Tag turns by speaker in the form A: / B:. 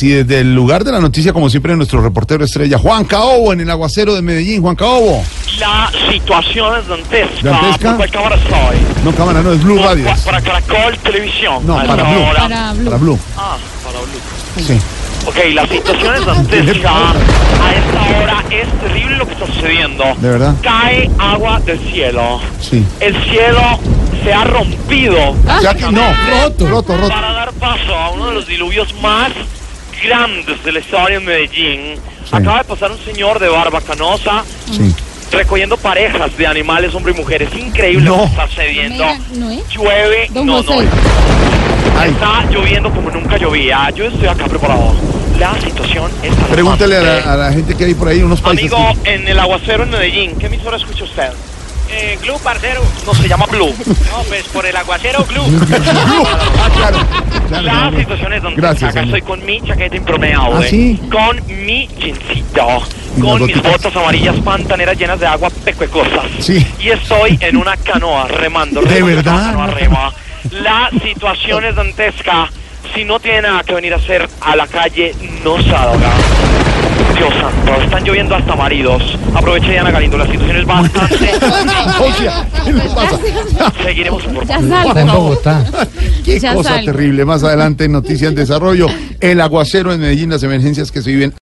A: Y desde el lugar de la noticia, como siempre, nuestro reportero estrella, Juan Caobo, en el aguacero de Medellín. Juan Caobo.
B: La situación es dantesca.
A: ¿Dantesca?
B: ¿Por cuál cámara estoy?
A: No, cámara, no, es Blue
B: Por-
A: Radio.
B: Para Caracol Televisión.
A: No,
B: A
A: para
B: esta
A: Blue.
B: hora.
C: Para Blue.
A: Para Blue.
B: Ah, para Blue.
A: Sí.
B: Ok, la situación es dantesca. A esta hora es terrible lo que está sucediendo.
A: ¿De verdad?
B: Cae agua del cielo.
A: Sí.
B: El cielo se ha rompido
A: Ya que- no, roto, roto, roto.
B: para dar paso a uno de los diluvios más grandes de la historia en Medellín. Acaba de pasar un señor de barba canosa
A: Sí.
B: recogiendo parejas de animales, hombre y mujer. Es increíble
A: No.
B: lo que está sucediendo.
C: Mira, ¿no es?
B: Llueve,
C: Don
B: no,
C: José.
B: no.
A: Ay,
B: Está lloviendo como nunca llovía. Yo estoy acá preparado. La situación es
A: pregúntale a la, a
B: alarmante.
A: la gente que hay por ahí, unos países.
B: Amigo, en el aguacero en Medellín, ¿qué emisora escucha usted? Eh, Glue, parcero. No, se llama Blue. no, pues por el aguacero Glue.
A: Ah, claro. claro,
B: La
A: claro.
B: situación es donde
A: Gracias,
B: acá
A: señor.
B: estoy con mi chaqueta impermeable,
A: ¿Ah, sí?
B: con mi jeansito,
A: Y las
B: con mis
A: botitas.
B: botas amarillas pantaneras llenas de agua pecuecosas.
A: Sí.
B: Y estoy en una canoa remando.
A: ¿De
B: remando,
A: verdad?
B: canoa rema. La situación es dantesca. Si no tiene nada que venir a hacer a la calle, no salga. Dios santo, están lloviendo hasta maridos. Aprovecha Diana Galindo, la situación es bastante.
A: O sea, ¿qué le pasa?
B: Seguiremos por
C: Ya salgo.
A: Qué
C: Ya
A: cosa
C: salgo.
A: terrible. Más adelante, en Noticias en Desarrollo, el aguacero en Medellín, las emergencias que se viven.